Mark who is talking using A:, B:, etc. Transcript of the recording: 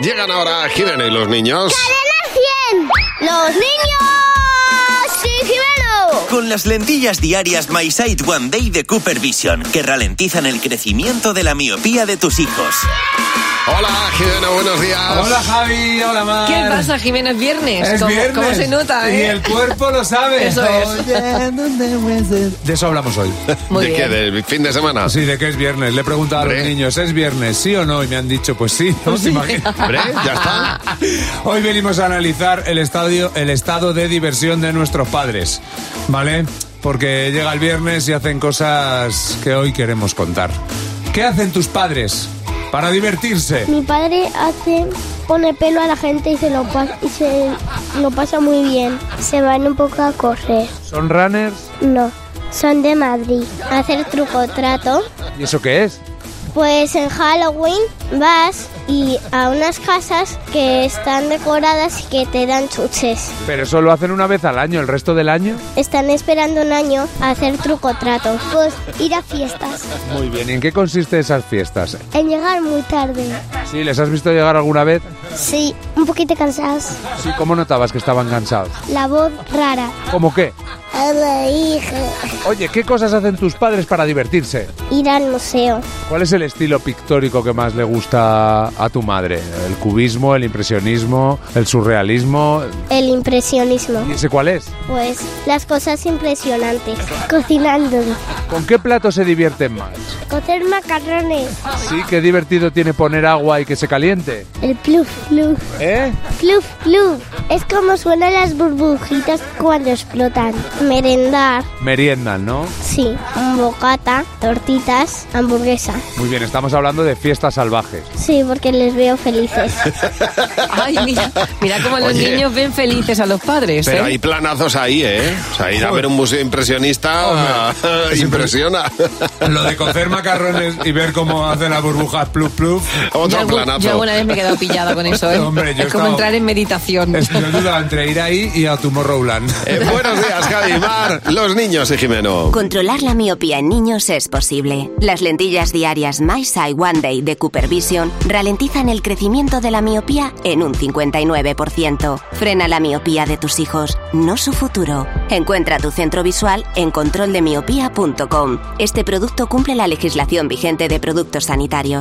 A: Llegan ahora Jimena y los niños.
B: ¡Cadena 100! ¡Los niños! ¡Sí, Jimeno!
C: Con las lentillas diarias My Sight One Day de Cooper Vision, que ralentizan el crecimiento de la miopía de tus hijos.
A: Hola Jimena, buenos días.
D: Hola Javi, hola Mar.
E: ¿Qué pasa, Jimena? Es viernes.
D: Es
E: ¿Cómo,
D: viernes.
E: cómo se nota,
D: Y
E: eh?
D: el cuerpo lo sabe.
E: Eso es.
D: Oye, ¿dónde was it? De eso hablamos hoy.
E: Muy
A: ¿De
E: bien.
A: qué? ¿Del fin de semana?
D: Sí, de que es viernes. Le he preguntado a los
A: Hombre.
D: niños, ¿es viernes? ¿Sí o no? Y me han dicho, pues sí. ¿No se imagina?
A: Hombre, ya está.
D: Hoy venimos a analizar el, estadio, el estado de diversión de nuestros padres, ¿vale? Porque llega el viernes y hacen cosas que hoy queremos contar. ¿Qué hacen tus padres para divertirse?
B: Mi padre hace, pone pelo a la gente y se lo, pas- y se lo pasa muy bien. Se van un poco a correr.
D: ¿Son runners?
B: No, son de Madrid. Hacer truco trato.
D: ¿Y eso qué es?
B: Pues en Halloween vas y a unas casas que están decoradas y que te dan chuches.
D: Pero eso lo hacen una vez al año, el resto del año.
B: Están esperando un año a hacer truco trato. Pues ir a fiestas.
D: Muy bien, ¿y en qué consiste esas fiestas?
B: En llegar muy tarde.
D: ¿Sí, les has visto llegar alguna vez?
B: Sí, un poquito cansadas.
D: Sí, ¿cómo notabas que estaban cansados?
B: La voz rara.
D: ¿Cómo qué?
B: Hola, hija.
D: Oye, ¿qué cosas hacen tus padres para divertirse?
B: Ir al museo.
D: ¿Cuál es el estilo pictórico que más le gusta a tu madre? ¿El cubismo, el impresionismo, el surrealismo?
B: El impresionismo.
D: ¿Y ese cuál es?
B: Pues las cosas impresionantes. Cocinando.
D: ¿Con qué plato se divierten más?
B: Cocer macarrones.
D: Sí, qué divertido tiene poner agua y que se caliente.
B: El pluf, pluf.
D: ¿Eh?
B: Pluf, pluf. Es como suenan las burbujitas cuando explotan. Merendar.
D: Meriendan, ¿no?
B: Sí. Un bocata. Tortitas. Hamburguesa.
D: Muy bien, estamos hablando de fiestas salvajes.
B: Sí, porque les veo felices.
E: Ay, mira, mira cómo los
A: Oye.
E: niños ven felices a los padres,
A: Pero
E: ¿eh?
A: hay planazos ahí, ¿eh? O sea, ir a ver un museo impresionista impresiona.
D: Lo de cocer macarrones y ver cómo hacen las burbujas pluf pluf.
E: Yo,
A: Otro
E: algún- yo
A: planazo.
E: alguna vez me he quedado pillada con eso, ¿eh?
D: Hombre, yo
E: es como
D: estaba-
E: entrar en meditación.
D: Es yo duda entre ir ahí y a tu Morrowland.
A: Eh, buenos días, Javi, Mar, los niños y Jimeno.
F: Controlar la miopía en niños es posible. Las lentillas diarias My Sight One Day de Cooper Vision ralentizan el crecimiento de la miopía en un 59%. Frena la miopía de tus hijos, no su futuro. Encuentra tu centro visual en controldemiopía.com. Este producto cumple la legislación vigente de productos sanitarios.